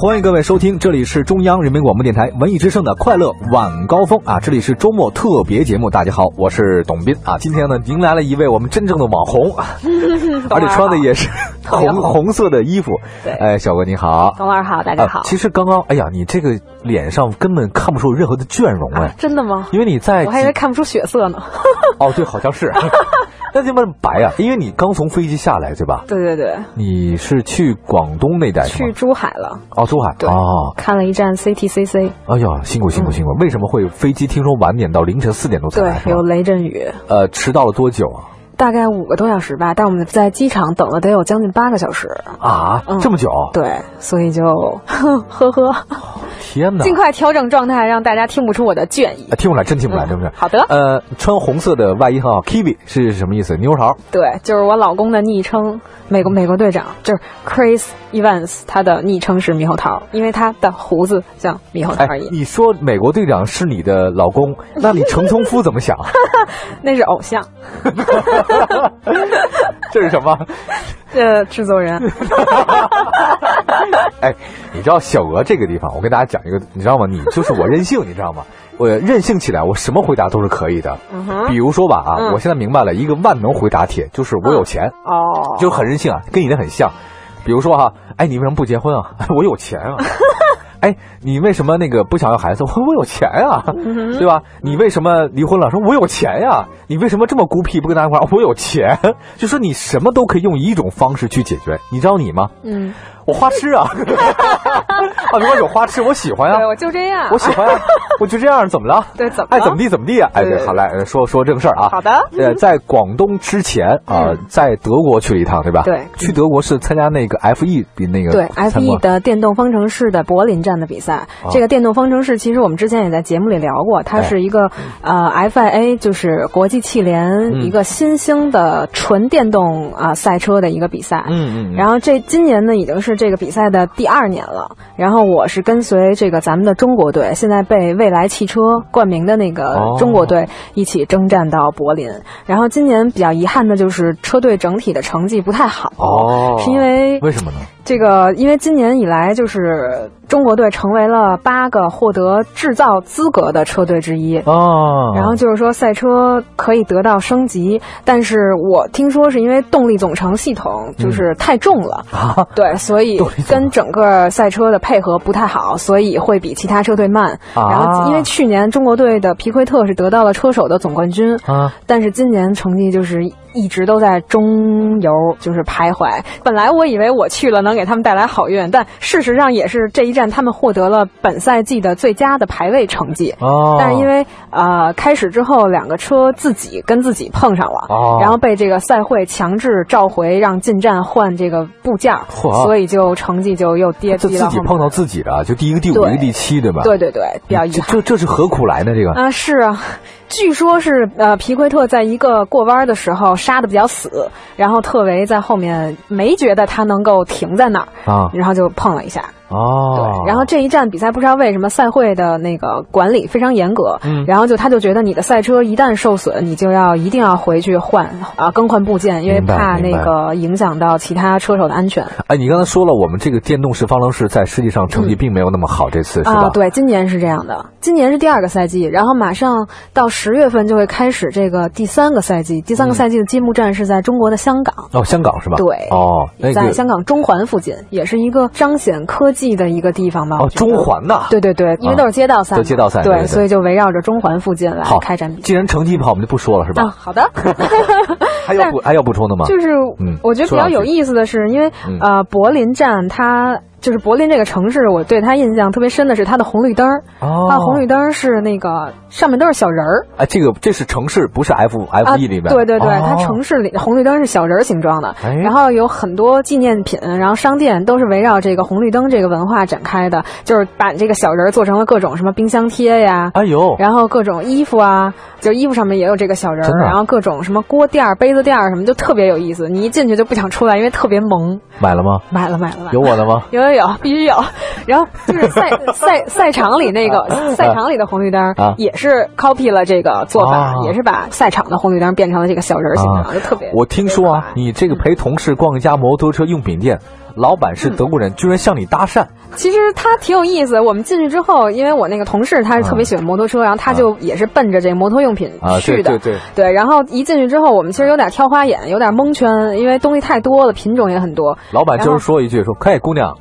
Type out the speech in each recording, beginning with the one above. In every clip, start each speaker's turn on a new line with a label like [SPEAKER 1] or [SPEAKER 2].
[SPEAKER 1] 欢迎各位收听，这里是中央人民广播电台文艺之声的快乐晚高峰啊，这里是周末特别节目。大家好，我是董斌啊，今天呢迎来了一位我们真正的网红，啊 而且穿的也是
[SPEAKER 2] 特别
[SPEAKER 1] 红
[SPEAKER 2] 好啊
[SPEAKER 1] 红色的衣服。
[SPEAKER 2] 对
[SPEAKER 1] 哎，小哥你好，
[SPEAKER 2] 董老师好，大家好
[SPEAKER 1] 啊。其实刚刚，哎呀，你这个脸上根本看不出有任何的倦容哎，
[SPEAKER 2] 真的吗？
[SPEAKER 1] 因为你在
[SPEAKER 2] 啊我还以为看不出血色呢。
[SPEAKER 1] 哦，对，好像是，那怎么白啊？因为你刚从飞机下来对吧？
[SPEAKER 2] 对对对，
[SPEAKER 1] 你是去广东那带是
[SPEAKER 2] 去
[SPEAKER 1] 吗？
[SPEAKER 2] 珠海了，
[SPEAKER 1] 哦，珠海
[SPEAKER 2] 对
[SPEAKER 1] 哦，
[SPEAKER 2] 看了一站 CTCC，
[SPEAKER 1] 哎呀，辛苦辛苦辛苦！为什么会飞机听说晚点到凌晨四点多才
[SPEAKER 2] 嗯对
[SPEAKER 1] 来？，是吧
[SPEAKER 2] 有雷阵雨，
[SPEAKER 1] 呃，迟到了多久啊？
[SPEAKER 2] 大概五个多小时吧，但我们在机场等了得有将近八个小时。
[SPEAKER 1] 啊，
[SPEAKER 2] 嗯
[SPEAKER 1] 这么久？
[SPEAKER 2] 对，所以就 呵呵，
[SPEAKER 1] 天哪！
[SPEAKER 2] 尽快调整状态，让大家听不出我的倦意
[SPEAKER 1] 啊。听不来，真听不来，对不对？
[SPEAKER 2] 好的，
[SPEAKER 1] 呃，穿红色的外衣很好，kiwi 是什么意思？猕猴桃。
[SPEAKER 2] 对，就是我老公的昵称，美国美国队长，就是 Chris Evans，他的昵称是猕猴桃，因为他的胡子像猕猴桃
[SPEAKER 1] 哎
[SPEAKER 2] 一样，，
[SPEAKER 1] 你说美国队长是你的老公， 那你程冲夫怎么想？
[SPEAKER 2] 那是偶像，
[SPEAKER 1] 这是什么？
[SPEAKER 2] 呃，制作人，
[SPEAKER 1] 哎，你知道小鹅这个地方，我跟大家讲一个，你知道吗？你就是我任性，你知道吗？我任性起来，我什么回答都是可以的。
[SPEAKER 2] 嗯哼，
[SPEAKER 1] 比如说吧，啊，
[SPEAKER 2] 嗯
[SPEAKER 1] 我现在明白了一个万能回答帖，就是我有钱。
[SPEAKER 2] 哦，
[SPEAKER 1] 就很任性啊，跟你的很像。比如说哈、哎，你为什么不结婚啊？ 我有钱 啊。哎，你为什么那个不想要孩子？ 我我有钱啊，
[SPEAKER 2] 嗯
[SPEAKER 1] 对吧？你为什么离婚了？说我有钱呀、你为什么这么孤僻不跟大家一块儿？我有钱，就说你什么都可以用一种方式去解决。你知道你吗？
[SPEAKER 2] 嗯，
[SPEAKER 1] 我花痴啊， 啊，如果有花痴，我喜欢啊
[SPEAKER 2] 对，，我就这样，
[SPEAKER 1] 我喜欢啊，我就这样，怎么了？
[SPEAKER 2] 对怎么
[SPEAKER 1] 爱
[SPEAKER 2] 了
[SPEAKER 1] 怎么地怎么地啊？哎，对，
[SPEAKER 2] 对
[SPEAKER 1] 好来呃说说正事儿啊。
[SPEAKER 2] 好的
[SPEAKER 1] 呃，在广东之前啊、
[SPEAKER 2] 嗯
[SPEAKER 1] 在德国去了一趟，对吧？
[SPEAKER 2] 对
[SPEAKER 1] 去德国是参加那个 FE 比那个
[SPEAKER 2] 对 E
[SPEAKER 1] 参啊观
[SPEAKER 2] F1 的电动方程式的柏林站的比赛，这个电动方程式其实我们之前也在节目里聊过，
[SPEAKER 1] 哎
[SPEAKER 2] 它是一个、
[SPEAKER 1] 嗯
[SPEAKER 2] 呃 FIA 就是国际汽联一个新兴的纯电动啊、赛车的一个比赛。
[SPEAKER 1] 嗯嗯嗯，
[SPEAKER 2] 然后这今年呢已经是这个比赛的第二年了，然后我是跟随这个咱们的中国队，现在被蔚来汽车冠名的那个
[SPEAKER 1] 哦
[SPEAKER 2] 中国队一起征战到柏林。然后今年比较遗憾的就是车队整体的成绩不太好，
[SPEAKER 1] 哦，
[SPEAKER 2] 是因为
[SPEAKER 1] 为什么呢？
[SPEAKER 2] 这个，因为今年以来，就是中国队成为了八个获得制造资格的车队之一。
[SPEAKER 1] 哦，
[SPEAKER 2] 然后就是说，赛车可以得到升级，但是我听说是因为动力总成系统就是太重了，
[SPEAKER 1] 嗯 啊，
[SPEAKER 2] 对，所以
[SPEAKER 1] 动力总成
[SPEAKER 2] 跟整个赛车的配合不太好，所以会比其他车队慢。
[SPEAKER 1] 啊
[SPEAKER 2] 然后因为去年中国队的皮奎特是得到了车手的总冠军，
[SPEAKER 1] 啊，
[SPEAKER 2] 但是今年成绩就是一直都在中游，就是徘徊。本来我以为我去了能给他们带来好运，但事实上也是这一站他们获得了本赛季的最佳的排位成绩。
[SPEAKER 1] 哦，
[SPEAKER 2] 但是因为呃开始之后两个车自己跟自己碰上了，
[SPEAKER 1] 哦
[SPEAKER 2] 然后被这个赛会强制召回，让进站换这个部件儿，
[SPEAKER 1] 嚯
[SPEAKER 2] 所以就成绩就又跌
[SPEAKER 1] 这
[SPEAKER 2] 低
[SPEAKER 1] 自
[SPEAKER 2] 了。
[SPEAKER 1] 己碰到自己的啊，就第一个第五，
[SPEAKER 2] 对
[SPEAKER 1] 一个第七，对吧？嗯
[SPEAKER 2] 对对对，比较遗
[SPEAKER 1] 这
[SPEAKER 2] 憾。
[SPEAKER 1] 这这是何苦来呢？ 这个
[SPEAKER 2] 啊、是啊，据说是呃，皮奎特在一个过弯的时候刹的比较死，然后特维在后面没觉得他能够停在那儿，
[SPEAKER 1] 啊
[SPEAKER 2] 然后就碰了一下。对，
[SPEAKER 1] 哦，
[SPEAKER 2] 然后这一站比赛不知道为什么赛会的那个管理非常严格，
[SPEAKER 1] 嗯
[SPEAKER 2] 然后就他就觉得你的赛车一旦受损，你就要一定要回去换啊、更换部件，因为
[SPEAKER 1] 明白
[SPEAKER 2] 怕
[SPEAKER 1] 明
[SPEAKER 2] 那
[SPEAKER 1] 白
[SPEAKER 2] 个影响到其他车手的安全
[SPEAKER 1] 哎，你刚才说了，我们这个电动式方程式在世界上成绩并没有那么好，这次是
[SPEAKER 2] 啊、
[SPEAKER 1] 吧？
[SPEAKER 2] 对，今年是这样的，今年是第二个赛季，然后马上到十月份就会开始这个第三个赛季，第三个
[SPEAKER 1] 嗯
[SPEAKER 2] 赛季的揭幕战是在中国的香港。
[SPEAKER 1] 哦，香港是吧？
[SPEAKER 2] 对
[SPEAKER 1] 哦，那
[SPEAKER 2] 在
[SPEAKER 1] 个
[SPEAKER 2] 香港中环附近，也是一个彰显科技的一个地方吧。
[SPEAKER 1] 哦
[SPEAKER 2] 我，觉得
[SPEAKER 1] 中环呐，
[SPEAKER 2] 对对对，因为都是街道赛嘛，
[SPEAKER 1] 都街道赛啊对
[SPEAKER 2] 对
[SPEAKER 1] 对对
[SPEAKER 2] 所以就围绕着中环附近来
[SPEAKER 1] 好
[SPEAKER 2] 开展比赛。
[SPEAKER 1] 既然成绩不好，我们就不说了，是吧？
[SPEAKER 2] 啊， 好的，
[SPEAKER 1] 还要补还要补充的吗？
[SPEAKER 2] 就是
[SPEAKER 1] 嗯
[SPEAKER 2] 我觉得比
[SPEAKER 1] 说两
[SPEAKER 2] 较
[SPEAKER 1] 句
[SPEAKER 2] 有意思的是，因为
[SPEAKER 1] 嗯
[SPEAKER 2] 呃，柏林站它就是柏林这个城市，我对它印象特别深的是它的红绿灯儿，
[SPEAKER 1] 哦，
[SPEAKER 2] 它啊红绿灯儿是那个上面都是小人儿，
[SPEAKER 1] 哎，这个这是城市，不是 F F
[SPEAKER 2] 啊，
[SPEAKER 1] E 里面。
[SPEAKER 2] 对对对，
[SPEAKER 1] 哦
[SPEAKER 2] 它城市里红绿灯是小人儿形状的，
[SPEAKER 1] 哎
[SPEAKER 2] 然后有很多纪念品，然后商店都是围绕这个红绿灯这个文化展开的，就是把这个小人儿做成了各种什么冰箱贴呀。
[SPEAKER 1] 哎呦，
[SPEAKER 2] 然后各种衣服啊，就衣服上面也有这个小人
[SPEAKER 1] 真
[SPEAKER 2] 儿，
[SPEAKER 1] 的啊
[SPEAKER 2] 然后各种什么锅垫儿、杯子垫儿什么，就特别有意思。你一进去就不想出来，因为特别萌。
[SPEAKER 1] 买了吗？
[SPEAKER 2] 买了买了买了，
[SPEAKER 1] 有我的吗？
[SPEAKER 2] 有有有，必须有。然后就是赛赛赛场里那个赛场里的红绿灯
[SPEAKER 1] 啊
[SPEAKER 2] 也是 copy 了这个做法，
[SPEAKER 1] 啊
[SPEAKER 2] 也是把赛场的红绿灯变成了这个小人儿形状，
[SPEAKER 1] 啊
[SPEAKER 2] 就特别。
[SPEAKER 1] 我听说啊，
[SPEAKER 2] 特别嗯
[SPEAKER 1] 你这个陪同事逛一家摩托车用品店，老板是德国人，居然向你搭讪，
[SPEAKER 2] 其实它挺有意思。我们进去之后，因为我那个同事他是特别喜欢摩托车，然后他就也是奔着这摩托用品
[SPEAKER 1] 啊，对
[SPEAKER 2] 去的。
[SPEAKER 1] 对对，
[SPEAKER 2] 对，然后一进去之后，我们其实有点挑花眼，有点蒙圈，因为东西太多了，品种也很多。
[SPEAKER 1] 老板就是说一句说，嘿，姑 娘，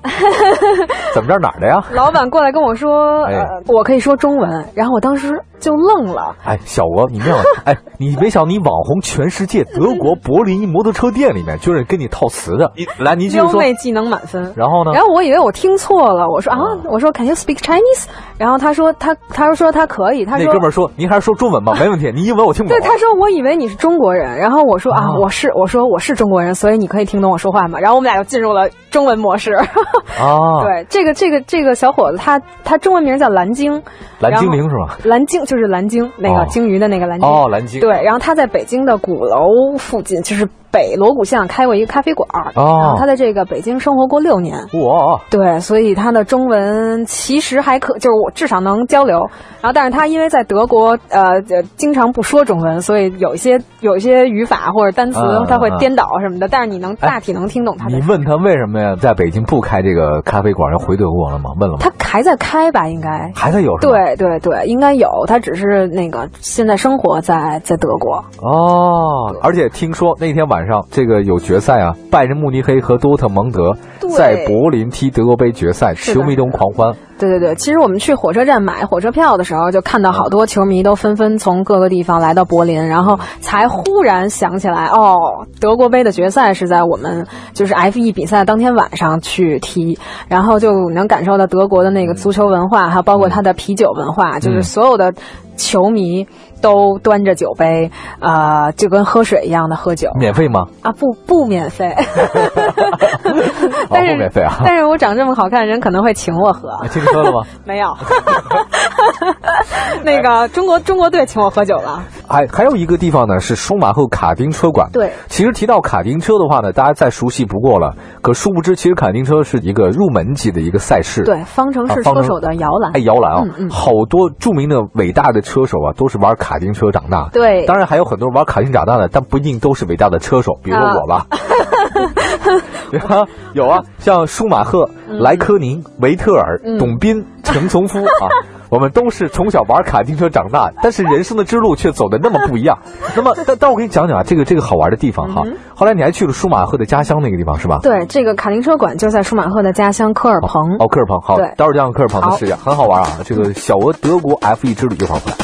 [SPEAKER 1] 怎么这儿哪儿的呀？
[SPEAKER 2] 老板过来跟我说，
[SPEAKER 1] 哎
[SPEAKER 2] 呃，我可以说中文，然后我当时就愣了。
[SPEAKER 1] 哎，小娥，你没有哎，你没想你网红全世界，德国柏林一摩托车店里面居然跟你套词的，你来，您继续
[SPEAKER 2] 撩
[SPEAKER 1] 说。嗯
[SPEAKER 2] 妹技能满分。
[SPEAKER 1] 然后呢
[SPEAKER 2] 然？后我以为我听错了，我说啊，
[SPEAKER 1] 嗯
[SPEAKER 2] 我说 Can you speak Chinese？然后他说他他说他可以，他
[SPEAKER 1] 那
[SPEAKER 2] 说
[SPEAKER 1] 哥们儿说：“您还是说中文吧，没问题。您英文我听不懂。
[SPEAKER 2] 对，”他说我以为你是中国人，然后我说啊
[SPEAKER 1] 啊，
[SPEAKER 2] 我是，我说我是中国人，所以你可以听懂我说话嘛。然后我们俩就进入了中文模式。
[SPEAKER 1] 啊，，
[SPEAKER 2] 对，这个这个这个小伙子，他他中文名叫蓝鲸，
[SPEAKER 1] 蓝精灵
[SPEAKER 2] 然
[SPEAKER 1] 是吗？
[SPEAKER 2] 后，嗯蓝鲸就是蓝鲸，那
[SPEAKER 1] 哦
[SPEAKER 2] 个鲸鱼的那个蓝鲸。
[SPEAKER 1] 哦，蓝精
[SPEAKER 2] 对，然后他在北京的鼓楼附近，就是北锣鼓巷开过一个咖啡馆儿。
[SPEAKER 1] 哦
[SPEAKER 2] 然后他在这个北京生活过六年。
[SPEAKER 1] 哇，
[SPEAKER 2] 对，所以他的中文其实还可，就是我至少能交流。然后，但是他因为在德国，呃，呃经常不说中文，所以有一些有一些语法或者单词
[SPEAKER 1] 嗯嗯
[SPEAKER 2] 他会
[SPEAKER 1] 嗯
[SPEAKER 2] 颠倒什么的。但是你能
[SPEAKER 1] 哎
[SPEAKER 2] 大体能听懂他的
[SPEAKER 1] 你。问他为什么呀，在北京不开这个咖啡馆，人回怼过了吗？问了吗？
[SPEAKER 2] 他还在开吧？应该。
[SPEAKER 1] 还在有是吧？
[SPEAKER 2] 对对对，应该有。他只是那个现在生活在在德国。
[SPEAKER 1] 哦，而且听说那天晚上这个有决赛啊，拜仁慕尼黑和多特蒙德
[SPEAKER 2] 对
[SPEAKER 1] 在柏林踢德国杯决赛，
[SPEAKER 2] 是的
[SPEAKER 1] 球迷中狂欢。
[SPEAKER 2] 对对对，其实我们去火车站买火车票的时候，就看到好多球迷都纷纷从各个地方来到柏林，然
[SPEAKER 1] 嗯
[SPEAKER 2] 后才忽然想起来，哦，德国杯的决赛是在我们就是 F 1比赛当天晚上去踢，然后就能感受到德国的那个足球文化，还有包括它的啤酒文
[SPEAKER 1] 嗯
[SPEAKER 2] 化，就是所有的球迷都端着酒杯，啊、就跟喝水一样的喝酒。
[SPEAKER 1] 免费吗？
[SPEAKER 2] 啊，不不免费， 但
[SPEAKER 1] 哦
[SPEAKER 2] 是、
[SPEAKER 1] 不免费 啊
[SPEAKER 2] 但是我长这么好看，人可能会请我喝。
[SPEAKER 1] 啊听说了吗？
[SPEAKER 2] 没有， 那个中国中国队请我喝酒了。
[SPEAKER 1] 还还有一个地方呢，是舒马赫卡丁车馆。
[SPEAKER 2] 对
[SPEAKER 1] 其实提到卡丁车的话呢，大家再熟悉不过了。可殊不知，其实卡丁车是一个入门级的一个赛事。
[SPEAKER 2] 对，方程
[SPEAKER 1] 啊
[SPEAKER 2] 式
[SPEAKER 1] 方程
[SPEAKER 2] 车手的摇篮
[SPEAKER 1] 哎，。摇篮啊，
[SPEAKER 2] 嗯嗯
[SPEAKER 1] 好多著名的伟大的车手啊，都是玩卡丁车长大。
[SPEAKER 2] 对
[SPEAKER 1] 当然还有很多玩卡丁长大的，但不一定都是伟大的车手，比如说
[SPEAKER 2] 啊
[SPEAKER 1] 我 吧。对啊，有啊，像舒马赫、莱科宁、维特尔、
[SPEAKER 2] 嗯
[SPEAKER 1] 董斌、程从夫啊，我们都是从小玩卡丁车长大，但是人生的之路却走的那么不一样。那么，但但我给你讲讲啊，这个这个好玩的地方哈。
[SPEAKER 2] 嗯
[SPEAKER 1] 后来你还去了舒马赫的家乡那个地方是吧？
[SPEAKER 2] 对，这个卡丁车馆就在舒马赫的家乡科尔彭。
[SPEAKER 1] 哦，科尔彭，好
[SPEAKER 2] 对，
[SPEAKER 1] 待会儿讲讲科尔彭的
[SPEAKER 2] 好
[SPEAKER 1] 视角，很好玩啊。这个小俄德国 F 一之旅，一会儿回来。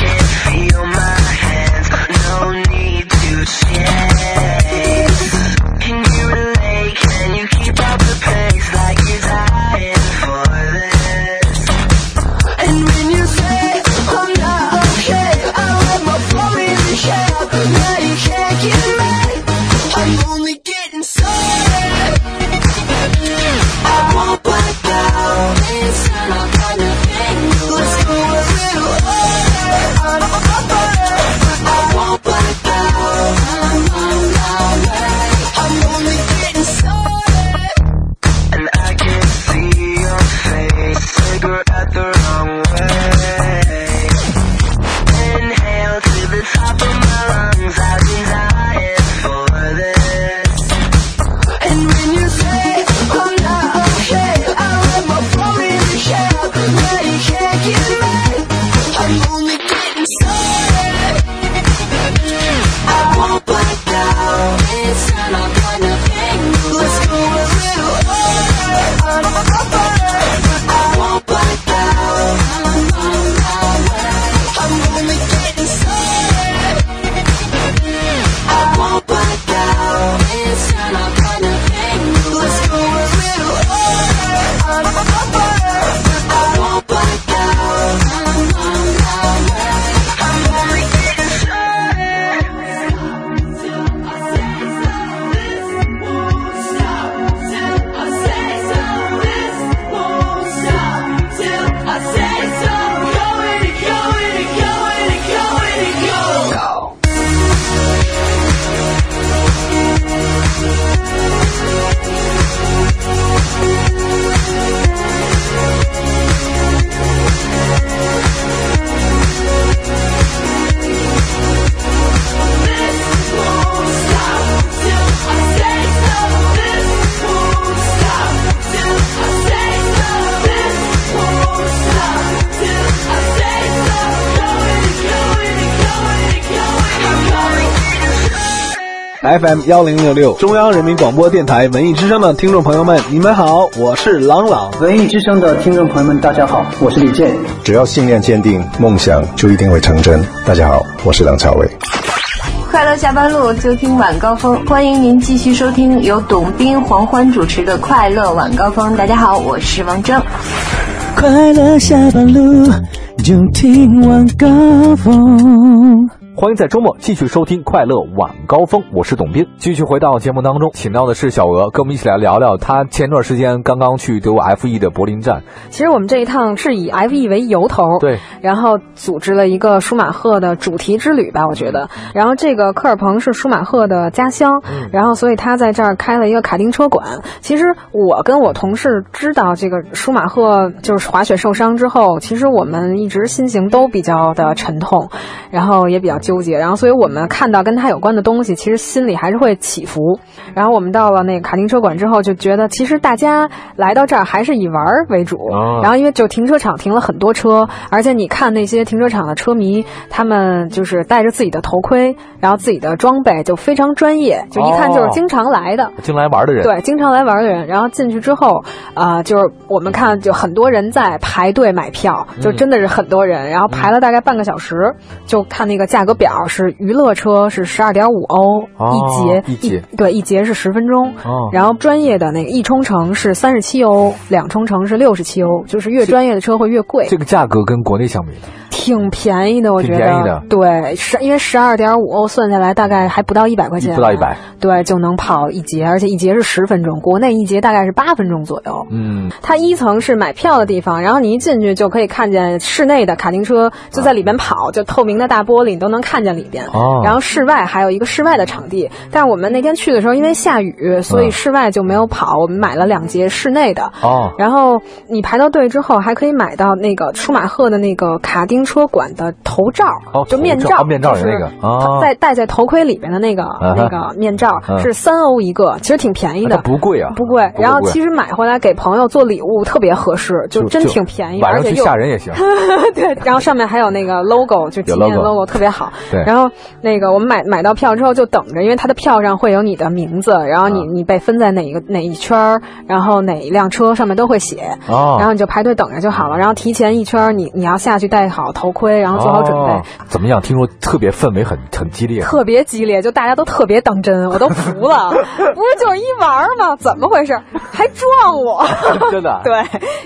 [SPEAKER 3] Feel my hands, no need to chase. Can you relate? Can you keep up the pace like you're dying for this? And when you say I'm not okay, I let my body shut up. Now you can't get me. I'm only getting started. I won't back down. This time I'll find a thing. Let's go a little harder. I'm up on it. I won't back down. I'm on my "Oh,
[SPEAKER 4] FM 幺零六六，中央人民广播电台文艺之声的听众朋友们，你们好，我是郎朗。
[SPEAKER 5] 文艺之声的听众朋友们，大家好，我是李健。
[SPEAKER 6] 只要信念坚定，梦想就一定会成真。大家好，我是梁朝伟。
[SPEAKER 7] 快乐下班路就听晚高峰，欢迎您继续收听由董斌、黄欢主持的《快乐晚高峰》。大家好，我是王铮。
[SPEAKER 8] 快乐下班路，就听晚高峰。
[SPEAKER 1] 欢迎在周末继续收听《快乐晚高峰》，我是董斌。继续回到节目当中，请到的是小娥，跟我们一起来聊聊她前段时间刚刚去德国 F E 1的柏林站。
[SPEAKER 2] 其实我们这一趟是以 FE 为由头，
[SPEAKER 1] 对，
[SPEAKER 2] 然后组织了一个舒马赫的主题之旅吧，我觉得。然后这个科尔彭是舒马赫的家乡，然后所以他在这儿开了一个卡丁车馆。其实我跟我同事知道这个舒马赫就是滑雪受伤之后，其实我们一直心情都比较的沉痛，然后也比较纠结。然后所以我们看到跟他有关的东西，其实心里还是会起伏。然后我们到了那个卡丁车馆之后，就觉得其实大家来到这儿还是以玩儿为主，
[SPEAKER 1] 啊
[SPEAKER 2] 然后因为就停车场停了很多车，而且你看那些停车场的车迷，他们就是戴着自己的头盔，然后自己的装备就非常专业，就一看就是经常来的。
[SPEAKER 1] 进来玩的人，
[SPEAKER 2] 对，经常来玩的人，然后进去之后，啊、就是我们看就很多人在排队买票，
[SPEAKER 1] 嗯
[SPEAKER 2] 就真的是很多人，然后排了大概半个小时，就看那个价格表是娱乐车是十二点五欧、
[SPEAKER 1] 哦
[SPEAKER 2] 一节，
[SPEAKER 1] 一节
[SPEAKER 2] 对一节是十分钟，
[SPEAKER 1] 哦
[SPEAKER 2] 然后专业的那个一冲程是三十七欧，两冲程是六十七欧，就是越专业的车会越贵，
[SPEAKER 1] 这个价格跟国内相比呢，
[SPEAKER 2] 挺便宜的，我
[SPEAKER 1] 挺
[SPEAKER 2] 觉
[SPEAKER 1] 便宜的
[SPEAKER 2] 得，对，十因为十二点五欧算下来大概还不到一百块钱，啊
[SPEAKER 1] 不到一百，
[SPEAKER 2] 对，就能跑一节，而且一节是十分钟，国内一节大概是八分钟左右。
[SPEAKER 1] 嗯，
[SPEAKER 2] 它一层是买票的地方，然后你一进去就可以看见室内的卡丁车就在里边跑，就透明的大玻璃你都能看见里边。
[SPEAKER 1] 哦
[SPEAKER 2] 然后室外还有一个室外的场地，但是我们那天去的时候因为下雨，所以
[SPEAKER 1] 嗯
[SPEAKER 2] 室外就没有跑，我们买了两节室内的。
[SPEAKER 1] 哦，
[SPEAKER 2] 然后你排到队之后，还可以买到那个舒马赫的那个卡丁车馆的头罩，
[SPEAKER 1] 哦
[SPEAKER 2] 就面
[SPEAKER 1] 头
[SPEAKER 2] 罩，
[SPEAKER 1] 罩哦面罩
[SPEAKER 2] 就
[SPEAKER 1] 有
[SPEAKER 2] 是
[SPEAKER 1] 那个哦
[SPEAKER 2] 戴戴在头盔里边的那个、
[SPEAKER 1] 嗯
[SPEAKER 2] 那个面罩、
[SPEAKER 1] 嗯
[SPEAKER 2] 是三欧一个，其实挺便宜的。
[SPEAKER 1] 它不贵啊，
[SPEAKER 2] 不贵，然后其
[SPEAKER 1] 实
[SPEAKER 2] 实买回来给朋友做礼物特别合适，就真挺便宜，
[SPEAKER 1] 晚
[SPEAKER 2] 而
[SPEAKER 1] 上
[SPEAKER 2] 且
[SPEAKER 1] 去
[SPEAKER 2] 又
[SPEAKER 1] 吓人也行，
[SPEAKER 2] 对，然后上面还有 那个 logo，就纪念
[SPEAKER 1] logo
[SPEAKER 2] logo 特别好。
[SPEAKER 1] 对
[SPEAKER 2] 然后那个我们买买到票之后就等着，因为它的票上会有你的名字，然后你、
[SPEAKER 1] 啊
[SPEAKER 2] 你被分在哪一个哪一圈儿，然后哪一辆车上面都会写。
[SPEAKER 1] 哦嗯
[SPEAKER 2] 然后你就排队等着就好了。然后提前一圈儿你，你要下去戴好头盔，然后做好准备。
[SPEAKER 1] 哦怎么样？听说特别氛围很很激烈，
[SPEAKER 2] 特别激烈，就大家都特别当真，我都服 了。不是就是一玩儿吗？怎么回事？还 撞我！
[SPEAKER 1] 真的啊
[SPEAKER 2] 对，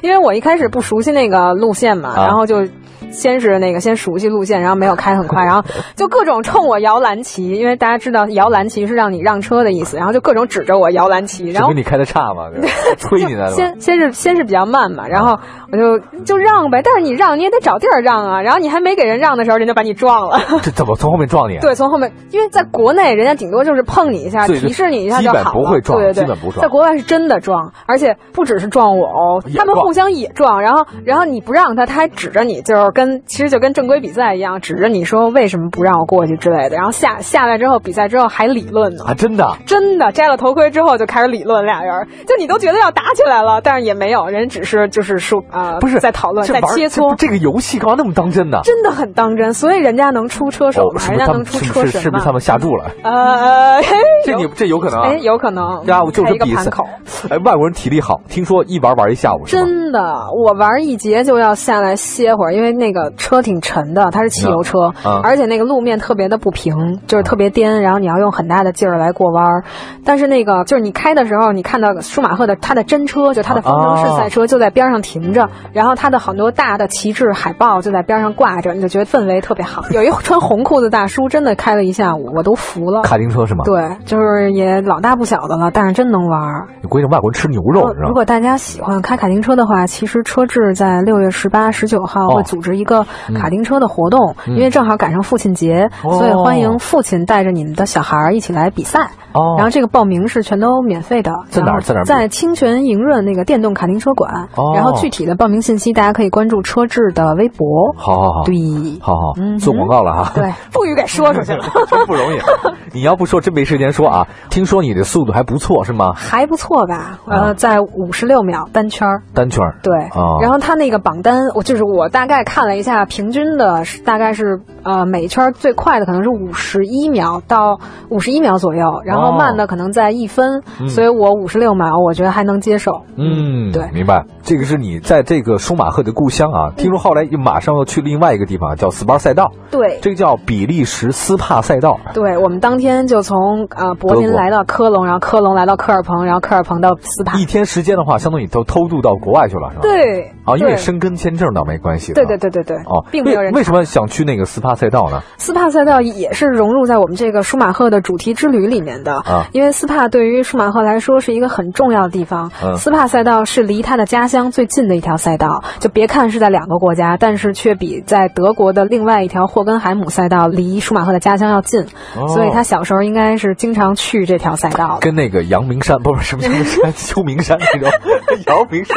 [SPEAKER 2] 因为我一开始不熟悉那个路线嘛，
[SPEAKER 1] 啊
[SPEAKER 2] 然后就先是那个先熟悉路线，然后没有开很 快，然后就各种冲我摇蓝旗，因为大家知道摇蓝旗是让你让车的意思，然后就各种指着我摇蓝旗，然
[SPEAKER 1] 这
[SPEAKER 2] 后
[SPEAKER 1] 跟你开的差吗？ 对吧推你来了吗？
[SPEAKER 2] 先先是先是比较慢嘛，然后我就就让呗，但是你让你也得找地儿让啊，然后你还没给人让的时候，人就把你 撞了。
[SPEAKER 1] 这怎么从后面撞你？，啊
[SPEAKER 2] 对，从后面，因为在国内人家顶多就是碰你一下，
[SPEAKER 1] 对
[SPEAKER 2] 提示你一下
[SPEAKER 1] 基
[SPEAKER 2] 就
[SPEAKER 1] 本
[SPEAKER 2] 好
[SPEAKER 1] 不
[SPEAKER 2] 了
[SPEAKER 1] 会撞
[SPEAKER 2] 对对对，
[SPEAKER 1] 基本不撞
[SPEAKER 2] 在国外是真的撞，而且不只是撞我哦，
[SPEAKER 1] 也
[SPEAKER 2] 他们
[SPEAKER 1] 撞
[SPEAKER 2] 互相也撞，然后然后你不让他，他还指着你，就是跟其实就跟正规比赛一样，指着你说为什么不让我过去之类的，然后下下来之后比赛之后还理论呢。
[SPEAKER 1] 啊，真的啊
[SPEAKER 2] 真的摘了头盔之后就开始理论俩人，就你都觉得要打起来了，但是也没有，人只是就是说啊，呃
[SPEAKER 1] 不是
[SPEAKER 2] 在讨论，
[SPEAKER 1] 这
[SPEAKER 2] 在
[SPEAKER 1] 玩儿
[SPEAKER 2] 切
[SPEAKER 1] 这不
[SPEAKER 2] 磋，
[SPEAKER 1] 这个游戏干嘛那么当真呢？
[SPEAKER 2] 真的很当真，所以人家能出车手
[SPEAKER 1] 哦
[SPEAKER 2] 嘛，
[SPEAKER 1] 是不是
[SPEAKER 2] 人家
[SPEAKER 1] 他
[SPEAKER 2] 能
[SPEAKER 1] 们
[SPEAKER 2] 出
[SPEAKER 1] 是
[SPEAKER 2] 车
[SPEAKER 1] 不是
[SPEAKER 2] 神
[SPEAKER 1] 是不
[SPEAKER 2] 嘛
[SPEAKER 1] 是他们下注 了？
[SPEAKER 2] 呃，嘿
[SPEAKER 1] 这你
[SPEAKER 2] 有
[SPEAKER 1] 这有可能啊
[SPEAKER 2] 哎，！有可能，
[SPEAKER 1] 呀，我就
[SPEAKER 2] 开
[SPEAKER 1] 是
[SPEAKER 2] 一个
[SPEAKER 1] 比
[SPEAKER 2] 盘
[SPEAKER 1] 赛
[SPEAKER 2] 口。，
[SPEAKER 1] 哎，外国人体力好，听说一玩玩一下午是吗？
[SPEAKER 2] 真的，我玩一节就要下来歇会儿，因为那个车挺沉的，它是汽油车，
[SPEAKER 1] 嗯
[SPEAKER 2] 而且那个路面特别的不平，就是特别
[SPEAKER 1] 啊
[SPEAKER 2] 颠，然后你要用很大的劲儿来过弯儿。但是那个就是你开的时候，你看到舒马赫的他的真车，就他的方程式赛车就在边上停着，
[SPEAKER 1] 嗯
[SPEAKER 2] 然后他的很多大的旗帜海报就在边上挂着，你就觉得氛围特别好。 有一穿红裤子大叔真的开了一下午，我都服了。
[SPEAKER 1] 卡丁车是吗？，
[SPEAKER 2] 对，就是也老大不小的了，但是真能玩儿。
[SPEAKER 1] 你规定外国人吃牛肉，你知道
[SPEAKER 2] 嗯哦如
[SPEAKER 1] 吗？
[SPEAKER 2] 果大家喜欢开卡丁车的话，其实车志在六月十八、十九号
[SPEAKER 1] 哦嗯
[SPEAKER 2] 会组织一个卡丁车的活动，因为正好赶上父亲节，所以欢迎父亲带着你们的小孩儿一起来比赛。
[SPEAKER 1] 哦
[SPEAKER 2] 然后这个报名是全都免费的，
[SPEAKER 1] 在哪儿
[SPEAKER 2] 然后
[SPEAKER 1] 在哪儿
[SPEAKER 2] 在清泉营润那个电动卡丁车馆。
[SPEAKER 1] 哦
[SPEAKER 2] 然后具体的报名信息，大家可以关注车志的微博。
[SPEAKER 1] 好好好，
[SPEAKER 2] 对，
[SPEAKER 1] 好好
[SPEAKER 2] 嗯
[SPEAKER 1] 做广告了哈。
[SPEAKER 2] 对，不许给说出去了。
[SPEAKER 1] 真不容 易，啊你要不说真没时间说啊。听说你的速度还不错是吗？
[SPEAKER 2] 还不错吧？
[SPEAKER 1] 啊
[SPEAKER 2] 呃，在五十六秒单圈儿。
[SPEAKER 1] 单圈儿
[SPEAKER 2] 对，
[SPEAKER 1] 哦
[SPEAKER 2] 然后他那个榜单，我就是我大概看了一下，平均的是大概是呃每一圈最快的可能是五十一秒到五十一秒左右，然后
[SPEAKER 1] 哦
[SPEAKER 2] 慢的可能在一分，
[SPEAKER 1] 嗯
[SPEAKER 2] 所以我五十六秒我觉得还能接受。
[SPEAKER 1] 嗯，
[SPEAKER 2] 对
[SPEAKER 1] 明白。这个是你在这个舒马赫的故乡啊，听说后来又马上要去另外一个地方，啊叫斯巴尔赛道，
[SPEAKER 2] 对。
[SPEAKER 1] 这个叫比利时斯帕赛道。
[SPEAKER 2] 对我们当天就从呃柏林
[SPEAKER 1] 德国
[SPEAKER 2] 来到科隆，然后科隆来到科尔彭，然后科尔彭到斯帕
[SPEAKER 1] 一。天时间的话，相当于都偷渡到国外去了，是吧？。
[SPEAKER 2] 啊对，
[SPEAKER 1] 啊，因为
[SPEAKER 2] 对
[SPEAKER 1] 申根签证倒没关系。
[SPEAKER 2] 对对
[SPEAKER 1] 对。
[SPEAKER 2] 对对对，
[SPEAKER 1] 哦，
[SPEAKER 2] 并没有
[SPEAKER 1] 为
[SPEAKER 2] 人
[SPEAKER 1] 为什么想去那个斯帕赛道呢？
[SPEAKER 2] 斯帕赛道也是融入在我们这个舒马赫的主题之旅里面的，
[SPEAKER 1] 啊
[SPEAKER 2] 因为斯帕对于舒马赫来说是一个很重要的地方。
[SPEAKER 1] 嗯
[SPEAKER 2] 斯帕赛道是离他的家乡最近的一条赛道，就别看是在两个国家，但是却比在德国的另外一条霍根海姆赛道离舒马赫的家乡要近，
[SPEAKER 1] 哦
[SPEAKER 2] 所以他小时候应该是经常去这条赛道的。
[SPEAKER 1] 跟那个阳明山不是什么阳明山，秋名山那种 阳明山。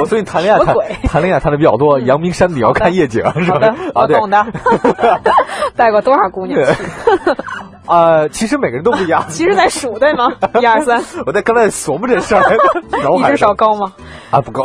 [SPEAKER 1] 我最近谈恋爱
[SPEAKER 2] 什么
[SPEAKER 1] 谈
[SPEAKER 2] 鬼
[SPEAKER 1] 谈恋爱谈的比较多，阳明山你要看夜景是
[SPEAKER 2] 好
[SPEAKER 1] 吧
[SPEAKER 2] 的，？
[SPEAKER 1] 啊，
[SPEAKER 2] 我
[SPEAKER 1] 对
[SPEAKER 2] 懂的。 带过多少姑娘？
[SPEAKER 1] 啊，其实每个人都不一样。
[SPEAKER 2] 其实在数对 吗？一二三，
[SPEAKER 1] 我在刚才琢磨这事儿， 脑
[SPEAKER 2] 一
[SPEAKER 1] 海
[SPEAKER 2] 只手
[SPEAKER 1] 上
[SPEAKER 2] 高吗？
[SPEAKER 1] 啊不够，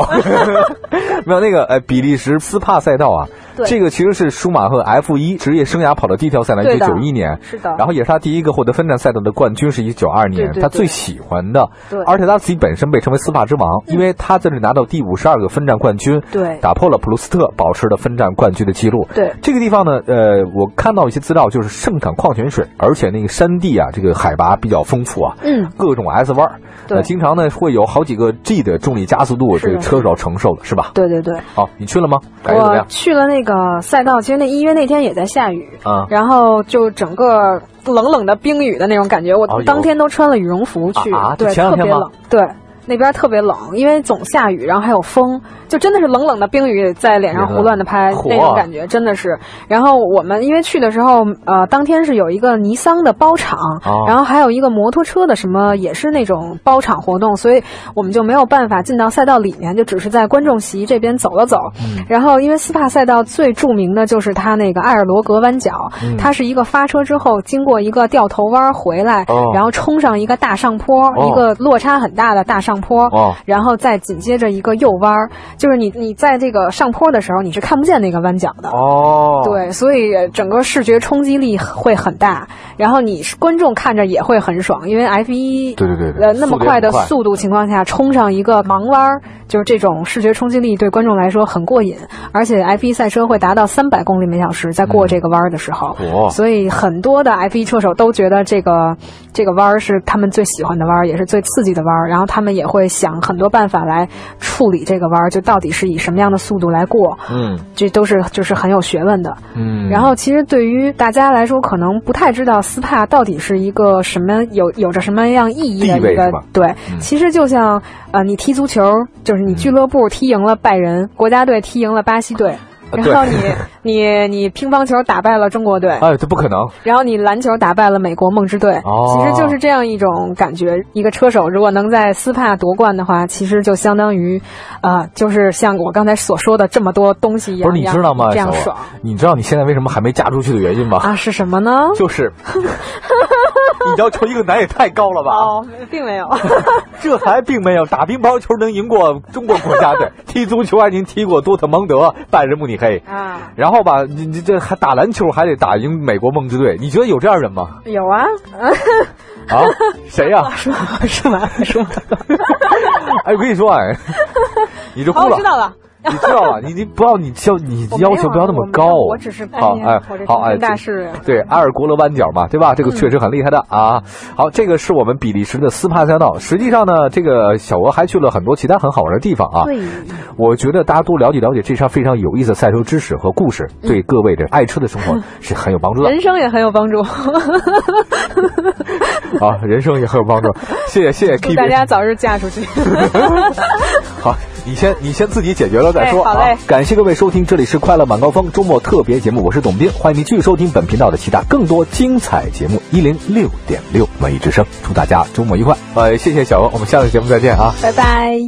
[SPEAKER 1] 没有那个呃，比利时斯帕赛道啊，
[SPEAKER 2] 对
[SPEAKER 1] 这个其实是舒马赫 F 一职业生涯跑的第一条赛道，一
[SPEAKER 2] 对
[SPEAKER 1] 九
[SPEAKER 2] 的
[SPEAKER 1] 九一年，
[SPEAKER 2] 是的
[SPEAKER 1] 然后也是他第一个获得分站赛道的冠军，是一九二年，
[SPEAKER 2] 嗯对对
[SPEAKER 1] 他
[SPEAKER 2] 对
[SPEAKER 1] 最喜欢的，
[SPEAKER 2] 对嗯
[SPEAKER 1] 而且他自己本身被称为斯帕之王，因为他在这拿到第五十二个分站冠军，
[SPEAKER 2] 对
[SPEAKER 1] 打破了普鲁斯特保持的分站冠军的记录，
[SPEAKER 2] 对
[SPEAKER 1] 这个地方呢，呃，我看到一些资料，就是盛产矿泉水，而且那个山地啊，这个海拔比较丰富啊，
[SPEAKER 2] 嗯，
[SPEAKER 1] 各种 S 弯儿，
[SPEAKER 2] 对
[SPEAKER 1] 呃经常呢会有好几个 G 的重力加速度，
[SPEAKER 2] 是
[SPEAKER 1] 这
[SPEAKER 2] 的
[SPEAKER 1] 个车主要承受了，是吧？
[SPEAKER 2] 对对对。
[SPEAKER 1] 好，你去了吗？感觉怎么
[SPEAKER 2] 我
[SPEAKER 1] 样？
[SPEAKER 2] 去了那个赛道，其实那因为那天也在下雨，
[SPEAKER 1] 啊
[SPEAKER 2] 然后就整个冷冷的冰雨的那种感觉，我
[SPEAKER 1] 哦有
[SPEAKER 2] 当天都穿了羽绒服去，
[SPEAKER 1] 啊啊
[SPEAKER 2] 对，
[SPEAKER 1] 前两
[SPEAKER 2] 特
[SPEAKER 1] 天
[SPEAKER 2] 别
[SPEAKER 1] 吗
[SPEAKER 2] 冷，对。那边特别冷，因为总下雨，然后还有风，就真的是冷冷的冰雨在脸上胡乱的拍
[SPEAKER 1] 嚯
[SPEAKER 2] 那种感觉，真的是。然后我们因为去的时候，呃，当天是有一个尼桑的包场，
[SPEAKER 1] 哦
[SPEAKER 2] 然后还有一个摩托车的什么也是那种包场活动，所以我们就没有办法进到赛道里面，就只是在观众席这边走了走。
[SPEAKER 1] 嗯
[SPEAKER 2] 然后，因为斯帕赛道最著名的就是它那个埃尔罗格弯角，
[SPEAKER 1] 嗯
[SPEAKER 2] 它是一个发车之后经过一个掉头弯回来，
[SPEAKER 1] 哦
[SPEAKER 2] 然后冲上一个大上坡，
[SPEAKER 1] 哦
[SPEAKER 2] 一个落差很大的大上坡，
[SPEAKER 1] 哦
[SPEAKER 2] 然后再紧接着一个右弯儿，就是你你在这个上坡的时候你是看不见那个弯角的。
[SPEAKER 1] 哦，，
[SPEAKER 2] 对，所以整个视觉冲击力会很大，然后你是观众看着也会很爽，因为 F 一
[SPEAKER 1] 对对对对
[SPEAKER 2] 呃那
[SPEAKER 1] 速
[SPEAKER 2] 么
[SPEAKER 1] 度也很
[SPEAKER 2] 快的
[SPEAKER 1] 快
[SPEAKER 2] 速度情况下冲上一个盲弯儿，就是这种视觉冲击力对观众来说很过瘾，而且 F 一赛车会达到三百公里每小时，在过这个弯儿的时候，
[SPEAKER 1] 哇
[SPEAKER 2] 所以很多的 F 一车手都觉得这个这个弯儿是他们最喜欢的弯儿，也是最刺激的弯儿，然后他们也会想很多办法来处理这个弯儿，就到底是以什么样的速度来过，
[SPEAKER 1] 嗯
[SPEAKER 2] 这都是就是很有学问的。
[SPEAKER 1] 嗯，
[SPEAKER 2] 然后，其实对于大家来说，可能不太知道斯帕到底是一个什么有有着什么样意义的
[SPEAKER 1] 地位
[SPEAKER 2] 一个
[SPEAKER 1] 是吧嗯
[SPEAKER 2] 对。其实就像呃，你踢足球，就是你俱乐部踢赢了拜仁，国家队踢赢了巴西队，
[SPEAKER 1] 呃
[SPEAKER 2] 然
[SPEAKER 1] 对
[SPEAKER 2] 后你 你你乒乓球打败了中国队，
[SPEAKER 1] 哎，这不可能，
[SPEAKER 2] 然后你篮球打败了美国梦之队。
[SPEAKER 1] 哦
[SPEAKER 2] 其实就是这样一种感觉。一个车手如果能在斯帕夺冠的话，其实就相当于呃，就是像我刚才所说的这么多东西一样，
[SPEAKER 1] 不是你知道吗？
[SPEAKER 2] 这样
[SPEAKER 1] 小
[SPEAKER 2] 爽。
[SPEAKER 1] 欧你知道你现在为什么还没嫁出去的原因吗？
[SPEAKER 2] 啊，是什么呢？
[SPEAKER 1] 就是 你要求一个男也太高了吧？
[SPEAKER 2] 哦，并没有。
[SPEAKER 1] 这还并没有，打乒乓球能赢过中国国家 队，踢足球还能踢过多特蒙德、拜仁慕尼黑
[SPEAKER 2] 啊。
[SPEAKER 1] 然后吧，你你这还打篮球还得打赢美国梦之队，你觉得有这样人吗？
[SPEAKER 2] 有啊，
[SPEAKER 1] 啊，谁呀、
[SPEAKER 2] 是是吗？是吗？
[SPEAKER 1] 哎，我跟你说，哎，你这
[SPEAKER 2] 好，
[SPEAKER 1] 哭
[SPEAKER 2] 我
[SPEAKER 1] 了
[SPEAKER 2] 哦知，道了。
[SPEAKER 1] 你知道吧？你你不要你要你
[SPEAKER 2] 我没有
[SPEAKER 1] 要求不要那么高，啊
[SPEAKER 2] 我没有我只是哎
[SPEAKER 1] 好
[SPEAKER 2] 呀
[SPEAKER 1] 哎
[SPEAKER 2] 我这
[SPEAKER 1] 好
[SPEAKER 2] 成
[SPEAKER 1] 哎
[SPEAKER 2] 人大事
[SPEAKER 1] 对阿尔国罗弯角嘛，对吧？这个确实很厉害的啊。好，这个是我们比利时的斯帕赛道。实际上呢，这个小鹅还去了很多其他很好玩的地方啊。
[SPEAKER 2] 对，
[SPEAKER 1] 我觉得大家多了解了解这项非常有意思的赛车知识和故事，
[SPEAKER 2] 嗯
[SPEAKER 1] 对各位的爱车的生 活是很有帮助的
[SPEAKER 2] 人生也很有帮助。
[SPEAKER 1] 啊，人生也很有帮助。谢谢谢谢
[SPEAKER 2] 祝
[SPEAKER 1] K
[SPEAKER 2] 大
[SPEAKER 1] B，
[SPEAKER 2] 家早日嫁出去。
[SPEAKER 1] 好，你先你先自己解决了再说
[SPEAKER 2] 哎好嘞
[SPEAKER 1] 啊。感谢各位收听，这里是快乐晚高峰周末特别节目，我是董斌，欢迎您继续收听本频道的其他更多精彩节目一零六哎点六文艺之声，祝大家周末愉快。呃，谢谢小欧，我们下次节目再见啊。
[SPEAKER 2] 拜拜。